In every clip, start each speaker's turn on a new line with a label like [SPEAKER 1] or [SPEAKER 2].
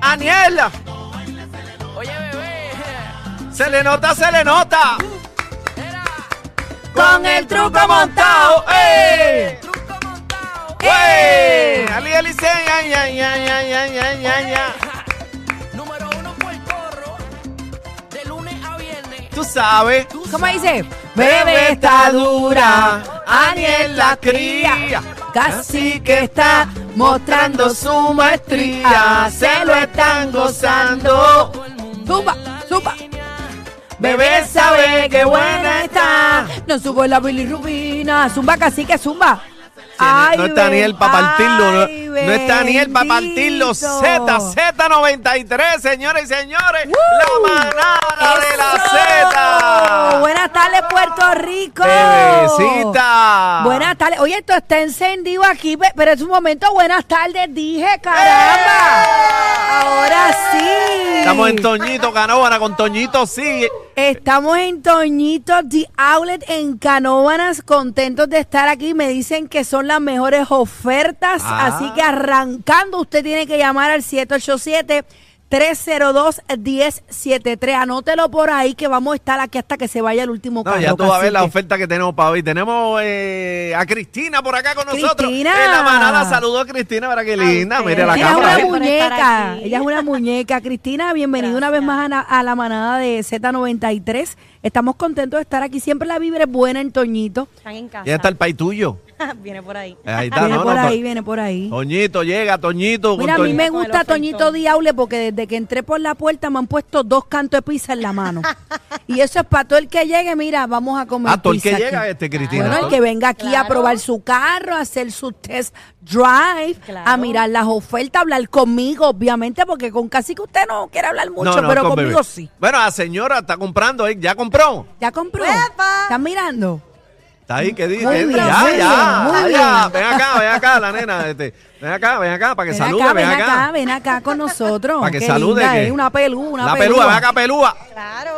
[SPEAKER 1] Ah,
[SPEAKER 2] Aniel.
[SPEAKER 1] Oye, bebé.
[SPEAKER 2] Se le nota, se le nota.
[SPEAKER 1] Era.
[SPEAKER 2] Con el truco montado. ¡Ey!
[SPEAKER 1] Truco montado.
[SPEAKER 2] ¡Ey! Ali, Ali, se- ay, ay, ay, ay, ay, ay, ay, ay.
[SPEAKER 1] Número uno por el corro. De lunes a viernes.
[SPEAKER 2] Tú sabes.
[SPEAKER 1] Tú
[SPEAKER 3] ¿Cómo
[SPEAKER 1] sabes.
[SPEAKER 3] dice?
[SPEAKER 2] Bebé está dura, Aniel la cría.
[SPEAKER 3] Casi que está mostrando su maestría. Se lo están gozando.
[SPEAKER 1] Todo el mundo.
[SPEAKER 3] Zumba, zumba.
[SPEAKER 2] Bebé sabe que buena está.
[SPEAKER 3] No subo la bilirrubina. Zumba, cacique, zumba.
[SPEAKER 2] Sí, no- no está ni el para partirlo. No, no está ni el para partirlo. Z, Z93, señores y señores. La manada de la Z.
[SPEAKER 3] Buenas tardes, Puerto Rico.
[SPEAKER 2] Bebecita.
[SPEAKER 3] Buenas tardes. Oye, esto está encendido aquí, pe- pero es un momento. Buenas tardes, dije, caramba.
[SPEAKER 2] ¡Eh!
[SPEAKER 3] Ahora sí.
[SPEAKER 2] Estamos en Toñito Canóvana con Toñito sí.
[SPEAKER 3] Estamos en Toñito The Outlet en Canóvanas, contentos de estar aquí. Me dicen que son las mejores ofertas,
[SPEAKER 2] Ah.
[SPEAKER 3] así que arrancando usted tiene que llamar al 787 302 1073. Anótelo por ahí que vamos a estar aquí hasta que se vaya el último
[SPEAKER 2] No,
[SPEAKER 3] carro.
[SPEAKER 2] ya tú vas a ver la
[SPEAKER 3] cacique.
[SPEAKER 2] oferta que tenemos para hoy. Tenemos eh, a Cristina por acá con nosotros.
[SPEAKER 3] Cristina.
[SPEAKER 2] En la manada saludo a Cristina, mira qué linda. Mira la
[SPEAKER 3] Ella es
[SPEAKER 2] cámara. ¿eh?
[SPEAKER 3] una
[SPEAKER 4] Gracias por estar
[SPEAKER 3] muñeca.
[SPEAKER 4] aquí.
[SPEAKER 3] Ella es una muñeca. Cristina, bienvenida una vez más a na- a la, manada de Z93. Estamos contentos de estar aquí. Siempre la vibra es buena en Toñito.
[SPEAKER 4] Están en casa.
[SPEAKER 2] Ya está el Eh. pay tuyo.
[SPEAKER 4] Viene por ahí.
[SPEAKER 2] Ahí está,
[SPEAKER 3] viene
[SPEAKER 2] no,
[SPEAKER 3] por
[SPEAKER 2] no,
[SPEAKER 3] ahí,
[SPEAKER 2] to-
[SPEAKER 3] viene por ahí.
[SPEAKER 2] Toñito, llega, Toñito. con
[SPEAKER 3] Mira, a mí
[SPEAKER 2] Toñito.
[SPEAKER 3] me
[SPEAKER 4] Con el
[SPEAKER 3] gusta
[SPEAKER 4] ofertón.
[SPEAKER 3] Toñito Diable porque desde que entré por la puerta me han puesto dos cantos de pizza en la mano. y eso es para todo el que llegue, mira, vamos a comer
[SPEAKER 2] Ah, todo el
[SPEAKER 3] pizza
[SPEAKER 2] que llega
[SPEAKER 3] aquí.
[SPEAKER 2] este,
[SPEAKER 4] Tiene
[SPEAKER 2] Cristina.
[SPEAKER 3] Bueno, el
[SPEAKER 2] todo-
[SPEAKER 3] que venga aquí a
[SPEAKER 4] Claro.
[SPEAKER 3] probar su carro, a hacer su test drive, a
[SPEAKER 4] Claro.
[SPEAKER 3] mirar las ofertas, hablar conmigo, obviamente, porque con casi que usted no quiere hablar mucho,
[SPEAKER 2] No, no,
[SPEAKER 3] pero
[SPEAKER 2] con
[SPEAKER 3] conmigo
[SPEAKER 2] bebé.
[SPEAKER 3] sí.
[SPEAKER 2] Bueno, la señora está comprando, ¿eh? ya compró.
[SPEAKER 3] ¿Ya compró?
[SPEAKER 4] ¡Epa!
[SPEAKER 3] ¿Estás mirando?
[SPEAKER 2] Está ahí, que dice.
[SPEAKER 3] Muy
[SPEAKER 2] eh,
[SPEAKER 3] bien,
[SPEAKER 2] ya,
[SPEAKER 3] muy
[SPEAKER 2] ya,
[SPEAKER 3] bien, muy
[SPEAKER 2] ya.
[SPEAKER 3] bien.
[SPEAKER 2] Ven acá, ven acá, la nena. Este. Ven acá, ven acá, para que
[SPEAKER 3] Ven
[SPEAKER 2] salude,
[SPEAKER 3] acá,
[SPEAKER 2] ven acá.
[SPEAKER 3] ven acá con nosotros.
[SPEAKER 2] Para que
[SPEAKER 3] Qué
[SPEAKER 2] salude.
[SPEAKER 3] linda,
[SPEAKER 2] que-
[SPEAKER 3] ¿eh? Una pelú, una
[SPEAKER 2] la pelúa.
[SPEAKER 3] pelúa.
[SPEAKER 2] ven acá, pelúa.
[SPEAKER 4] Claro.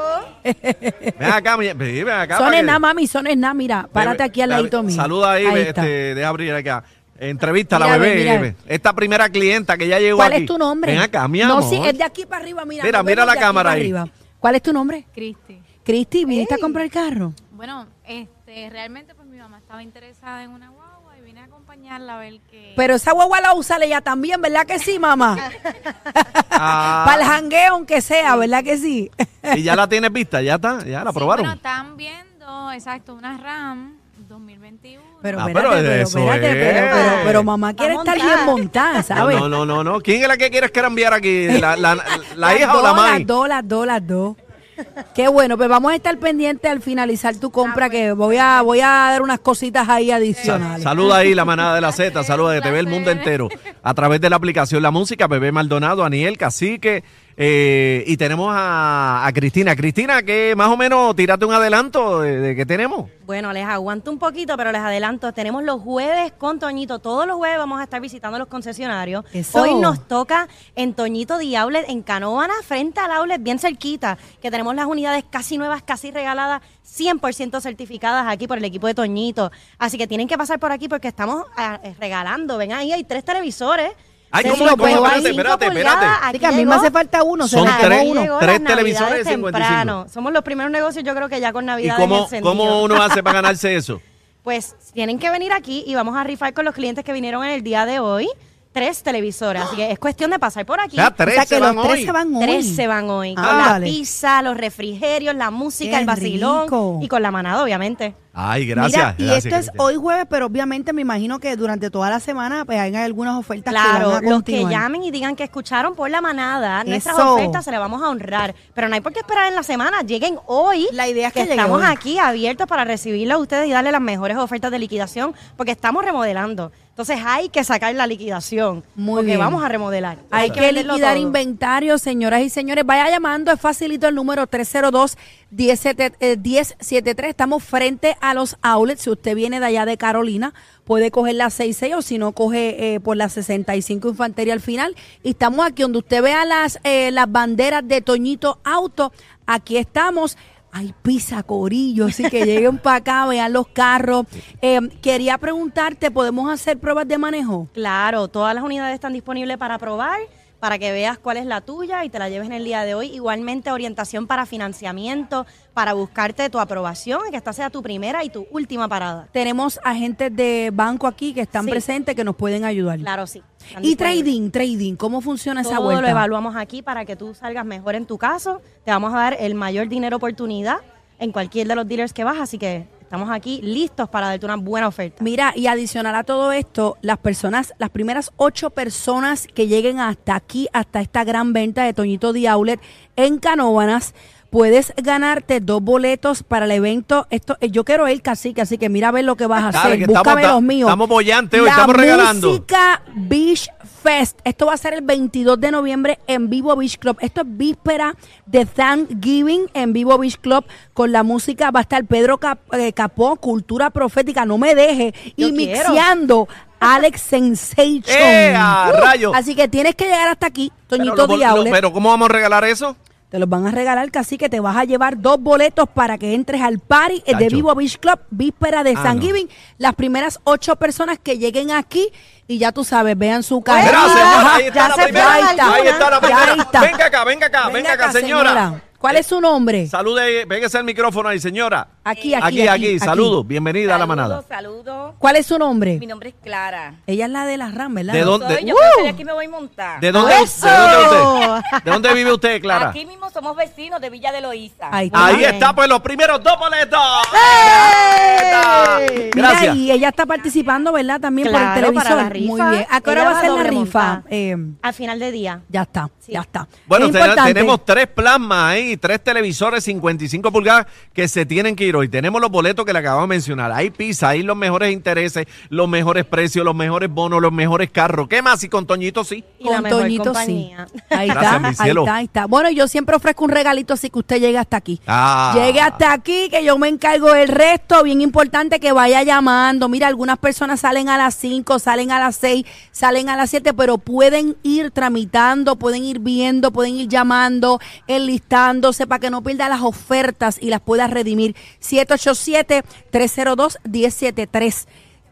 [SPEAKER 2] Ven acá, mi- ven acá.
[SPEAKER 3] Son
[SPEAKER 2] para que-
[SPEAKER 3] nada, mami, son nada. Mira, párate
[SPEAKER 2] Bebé,
[SPEAKER 3] aquí al
[SPEAKER 2] la-
[SPEAKER 3] ladito mío.
[SPEAKER 2] Saluda ahí,
[SPEAKER 3] Ahí
[SPEAKER 2] ve,
[SPEAKER 3] está.
[SPEAKER 2] este, deja abrir acá. Entrevista a la
[SPEAKER 3] Mira,
[SPEAKER 2] bebé.
[SPEAKER 3] mira.
[SPEAKER 2] bebé. Esta primera clienta que ya llegó
[SPEAKER 3] ¿Cuál
[SPEAKER 2] aquí.
[SPEAKER 3] es tu nombre?
[SPEAKER 2] Ven acá, mi
[SPEAKER 3] No,
[SPEAKER 2] amor.
[SPEAKER 3] sí, es de aquí para arriba, mira.
[SPEAKER 2] Mira,
[SPEAKER 3] nos
[SPEAKER 2] mira
[SPEAKER 3] vemos
[SPEAKER 2] la
[SPEAKER 3] de aquí
[SPEAKER 2] cámara
[SPEAKER 3] para
[SPEAKER 2] ahí.
[SPEAKER 3] arriba. ¿Cuál es tu nombre?
[SPEAKER 5] Cristi.
[SPEAKER 3] Cristi, viniste a comprar el carro.
[SPEAKER 5] Bueno, este, realmente pues mi mamá estaba interesada en una guagua y vine a acompañarla a ver que...
[SPEAKER 3] Pero esa guagua la usa ella también, ¿verdad que sí, mamá?
[SPEAKER 2] Ah,
[SPEAKER 3] Para el jangueo, aunque sea, ¿verdad que sí?
[SPEAKER 2] y ya la tienes vista, ya está, ya la
[SPEAKER 5] Sí,
[SPEAKER 2] probaron.
[SPEAKER 5] bueno, están viendo, exacto, una RAM 2021.
[SPEAKER 3] Pero
[SPEAKER 2] Ah,
[SPEAKER 3] espérate,
[SPEAKER 2] pero
[SPEAKER 3] pero,
[SPEAKER 2] eso
[SPEAKER 3] espérate,
[SPEAKER 2] es.
[SPEAKER 3] pero, pero, pero mamá quiere
[SPEAKER 4] Va a
[SPEAKER 3] estar
[SPEAKER 4] montar.
[SPEAKER 3] bien montada,
[SPEAKER 2] No,
[SPEAKER 3] ¿sabes?
[SPEAKER 2] No, no, no, no. ¿Quién es la que quieres que enviar aquí? ¿La, la, la, la hija o la
[SPEAKER 3] dos,
[SPEAKER 2] mami?
[SPEAKER 3] Las dos, las dos, las dos. Qué bueno, pues vamos a estar pendientes al finalizar tu
[SPEAKER 4] Ah,
[SPEAKER 3] compra, que voy a, voy a dar unas cositas ahí
[SPEAKER 2] Sa-
[SPEAKER 3] adicionales.
[SPEAKER 2] saluda ahí la manada de la Z, saluda que te ve el mundo entero a través de la aplicación La Música, Bebé Maldonado, Aniel Cacique eh, y tenemos a, a Cristina. Cristina, que más o menos tírate un adelanto de, de qué tenemos.
[SPEAKER 4] Bueno, les aguanto un poquito, pero les adelanto. Tenemos los jueves con Toñito. Todos los jueves vamos a estar visitando los concesionarios.
[SPEAKER 3] Eso.
[SPEAKER 4] Hoy nos toca en Toñito Diablet, en Canóvana, frente al Aulet, bien cerquita, que tenemos las unidades casi nuevas, casi regaladas, 100% certificadas aquí por el equipo de Toñito. Así que tienen que pasar por aquí porque estamos ah, eh, regalando. Ven ahí, hay tres televisores.
[SPEAKER 2] Ay,
[SPEAKER 4] De
[SPEAKER 2] ¿cómo
[SPEAKER 3] es?
[SPEAKER 4] cinco
[SPEAKER 3] ¿Cómo?
[SPEAKER 4] pulgadas,
[SPEAKER 3] Espérate,
[SPEAKER 2] espérate,
[SPEAKER 4] cinco
[SPEAKER 2] espérate.
[SPEAKER 4] pulgadas.
[SPEAKER 3] Así que a mí me
[SPEAKER 4] llegó.
[SPEAKER 3] hace falta uno, se
[SPEAKER 2] Son
[SPEAKER 3] la-
[SPEAKER 2] tres.
[SPEAKER 4] Aquí llegó
[SPEAKER 2] tres
[SPEAKER 4] las
[SPEAKER 2] televisores de
[SPEAKER 4] navidades
[SPEAKER 2] 55.
[SPEAKER 4] temprano. Somos los primeros negocios, yo creo que ya con
[SPEAKER 2] ¿Y
[SPEAKER 4] Navidad.
[SPEAKER 2] cómo, cómo uno hace para ganarse eso?
[SPEAKER 4] Pues tienen que venir aquí y vamos a rifar con los clientes que vinieron en el día de hoy. Tres televisores. Así que es cuestión de pasar por aquí.
[SPEAKER 2] Ya, tres
[SPEAKER 3] o sea, que
[SPEAKER 2] se
[SPEAKER 3] los
[SPEAKER 2] van
[SPEAKER 3] tres
[SPEAKER 2] hoy.
[SPEAKER 3] se van hoy.
[SPEAKER 4] Tres se van hoy.
[SPEAKER 3] Ah,
[SPEAKER 4] con la
[SPEAKER 3] dale.
[SPEAKER 4] pizza, los refrigerios, la música,
[SPEAKER 3] Qué
[SPEAKER 4] el vacilón
[SPEAKER 3] rico.
[SPEAKER 4] y con la manada, obviamente.
[SPEAKER 2] Ay, gracias.
[SPEAKER 3] Mira, y
[SPEAKER 2] gracias,
[SPEAKER 3] esto es
[SPEAKER 2] Cristina.
[SPEAKER 3] hoy jueves, pero obviamente me imagino que durante toda la semana pues hay algunas ofertas que van
[SPEAKER 4] Claro,
[SPEAKER 3] a
[SPEAKER 4] los que
[SPEAKER 3] continuar.
[SPEAKER 4] llamen y digan que escucharon por la manada, nuestras
[SPEAKER 3] Eso.
[SPEAKER 4] ofertas se las vamos a honrar. Pero no hay por qué esperar en la semana, lleguen hoy.
[SPEAKER 3] La idea es que llegue
[SPEAKER 4] estamos
[SPEAKER 3] hoy.
[SPEAKER 4] aquí abiertos para recibirla a ustedes y darle las mejores ofertas de liquidación, porque estamos remodelando. Entonces hay que sacar la liquidación,
[SPEAKER 3] Muy
[SPEAKER 4] porque
[SPEAKER 3] bien.
[SPEAKER 4] vamos a remodelar.
[SPEAKER 3] Hay que
[SPEAKER 4] venderlo
[SPEAKER 3] liquidar
[SPEAKER 4] todo.
[SPEAKER 3] inventario, señoras y señores. Vaya llamando, es facilito el número eh, 302-1073. Estamos frente a los outlets. Si usted viene de allá de Carolina, puede coger la 66 o si no, coge eh, por la 65 Infantería al final. Y estamos aquí donde usted vea las, eh, las banderas de Toñito Auto. Aquí estamos. Hay pizza, corillo, así que lleguen para acá, vean los carros. Eh, quería preguntarte, ¿podemos hacer pruebas de manejo?
[SPEAKER 4] Claro, todas las unidades están disponibles para probar. para que veas cuál es la tuya y te la lleves en el día de hoy. Igualmente orientación para financiamiento, para buscarte tu aprobación y que esta sea tu primera y tu última parada.
[SPEAKER 3] Tenemos agentes de banco aquí que están
[SPEAKER 4] Sí.
[SPEAKER 3] presentes que nos pueden ayudar.
[SPEAKER 4] Claro, sí. Están
[SPEAKER 3] Y
[SPEAKER 4] disponibles.
[SPEAKER 3] trading, trading, ¿cómo funciona esa
[SPEAKER 4] Todo
[SPEAKER 3] vuelta?
[SPEAKER 4] lo evaluamos aquí para que tú salgas mejor en tu caso. Te vamos a dar el mayor dinero oportunidad en cualquier de los dealers que vas, así que estamos aquí listos para darte una buena oferta.
[SPEAKER 3] Mira, y adicional a todo esto, las personas, las primeras ocho personas que lleguen hasta aquí, hasta esta gran venta de Toñito The Outlet en Canóvanas, puedes ganarte dos boletos para el evento. Esto, eh, yo quiero ir cacique, así que mira a ver lo que vas a
[SPEAKER 2] Dale,
[SPEAKER 3] hacer.
[SPEAKER 2] que estamos-
[SPEAKER 3] Búscame
[SPEAKER 2] ta-
[SPEAKER 3] los míos.
[SPEAKER 2] estamos bollantes hoy,
[SPEAKER 3] La
[SPEAKER 2] estamos regalando.
[SPEAKER 3] Música Beach Fest. Esto va a ser el 22 de noviembre en Vivo Beach Club. Esto es víspera de Thanksgiving en Vivo Beach Club. Con la música va a estar Pedro Cap- eh, Capó, Cultura Profética, no me deje.
[SPEAKER 4] Yo
[SPEAKER 3] y
[SPEAKER 4] quiero.
[SPEAKER 3] mixeando Alex Sensation.
[SPEAKER 2] ¡Ea, rayo!
[SPEAKER 3] Así que tienes que llegar hasta aquí,
[SPEAKER 2] Pero,
[SPEAKER 3] Toñito
[SPEAKER 2] lo-
[SPEAKER 3] The
[SPEAKER 2] lo-
[SPEAKER 3] Outlet.
[SPEAKER 2] pero ¿cómo vamos a regalar eso?
[SPEAKER 3] Te los van a regalar, casi que te vas a llevar dos boletos para que entres al party eh, de
[SPEAKER 2] Tacho.
[SPEAKER 3] Vivo Beach Club, víspera de
[SPEAKER 2] Ah,
[SPEAKER 3] Thanksgiving. Las primeras ocho personas que lleguen aquí y ya tú sabes, vean su cara.
[SPEAKER 2] Gracias,
[SPEAKER 3] Ajá,
[SPEAKER 2] ahí está
[SPEAKER 3] ya
[SPEAKER 2] la
[SPEAKER 3] se
[SPEAKER 2] primera.
[SPEAKER 3] fue
[SPEAKER 2] Ahí está la
[SPEAKER 3] Ya
[SPEAKER 2] primera.
[SPEAKER 3] ahí está.
[SPEAKER 2] Venga acá, venga acá, venga acá, señora.
[SPEAKER 3] ¿Cuál es su nombre?
[SPEAKER 2] Salude, véngase al micrófono ahí, señora.
[SPEAKER 3] Aquí,
[SPEAKER 2] Aquí,
[SPEAKER 3] aquí,
[SPEAKER 2] aquí, saludos. Bienvenida a la manada.
[SPEAKER 6] Saludos.
[SPEAKER 3] ¿Cuál es su nombre?
[SPEAKER 6] Mi nombre es Clara.
[SPEAKER 3] Ella es la de las RAM, ¿verdad?
[SPEAKER 2] ¿De dónde?
[SPEAKER 6] Soy yo
[SPEAKER 3] ¡Uh!
[SPEAKER 6] creo que de aquí me voy a montar.
[SPEAKER 2] ¿De dónde, de dónde usted? ¿De dónde vive usted, Clara?
[SPEAKER 6] Aquí mismo somos vecinos de Villa de Loíza.
[SPEAKER 3] Ahí está.
[SPEAKER 2] Ahí
[SPEAKER 4] Bien.
[SPEAKER 2] está, pues los primeros dos boletos.
[SPEAKER 3] Mira,
[SPEAKER 2] Gracias.
[SPEAKER 3] y ella está participando, ¿verdad? También por el
[SPEAKER 4] Claro,
[SPEAKER 3] televisor.
[SPEAKER 4] para la rifa.
[SPEAKER 3] Muy bien. ¿A qué hora va
[SPEAKER 4] Ella
[SPEAKER 3] a
[SPEAKER 4] va
[SPEAKER 3] ser la
[SPEAKER 4] doble
[SPEAKER 3] rifa?
[SPEAKER 4] montada.
[SPEAKER 3] Eh,
[SPEAKER 4] Al final de día.
[SPEAKER 3] ya está,
[SPEAKER 4] Sí.
[SPEAKER 3] ya está.
[SPEAKER 2] Bueno,
[SPEAKER 3] Es
[SPEAKER 2] ten-
[SPEAKER 3] importante.
[SPEAKER 2] tenemos tres plasmas ahí, tres televisores 55 pulgadas que se tienen que ir hoy. Tenemos los boletos que le acabamos de mencionar. Hay pizza, hay los mejores intereses, los mejores precios, los mejores bonos, los mejores carros. ¿Qué más? Y con Toñito sí.
[SPEAKER 4] Y la mejor compañía.
[SPEAKER 3] sí. Ahí
[SPEAKER 2] Gracias, mi
[SPEAKER 3] está, ahí
[SPEAKER 2] cielo.
[SPEAKER 3] está, ahí está. Bueno, yo siempre ofrezco un regalito así que usted llegue hasta aquí.
[SPEAKER 2] Ah.
[SPEAKER 3] Llegue hasta aquí, que yo me encargo del resto. Bien importante que vaya llamando. Mira, algunas personas salen a las 5, salen a las 6, salen a las 7, pero pueden ir tramitando, pueden ir viendo, pueden ir llamando, enlistándose para que no pierda las ofertas y las pueda redimir. 787-302-1073.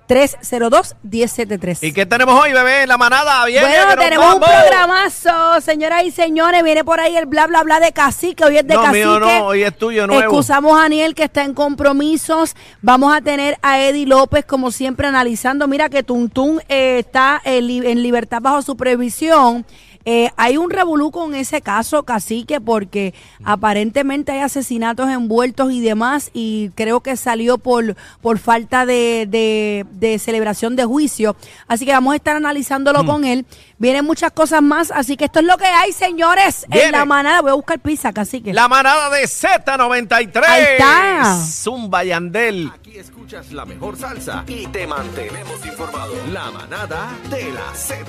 [SPEAKER 3] 302-1073.
[SPEAKER 2] ¿Y qué tenemos hoy, bebé? En la manada. Viene,
[SPEAKER 3] Bueno,
[SPEAKER 2] pero
[SPEAKER 3] tenemos un
[SPEAKER 2] vamos.
[SPEAKER 3] programazo, señoras y señores. Viene por ahí el bla, bla, bla de cacique. Hoy es de
[SPEAKER 2] No,
[SPEAKER 3] cacique.
[SPEAKER 2] mío, no. Hoy es tuyo nuevo.
[SPEAKER 3] Excusamos a Aniel que está en compromisos. Vamos a tener a Eddie López, como siempre, analizando. Mira que Tuntún eh, está en, li- en libertad bajo supervisión. Eh, hay un revolú con ese caso, cacique, porque aparentemente hay asesinatos envueltos y demás, y creo que salió por, por falta de, de- de celebración de juicio. Así que vamos a estar analizándolo con él. Vienen muchas cosas más, así que esto es lo que hay, señores. En
[SPEAKER 2] Viene.
[SPEAKER 3] la manada voy a buscar pizza, cacique.
[SPEAKER 2] La manada de Z93.
[SPEAKER 3] Ahí está.
[SPEAKER 2] Zumba Yandel.
[SPEAKER 7] Aquí escuchas la mejor salsa y te mantenemos informado. La manada de la Z.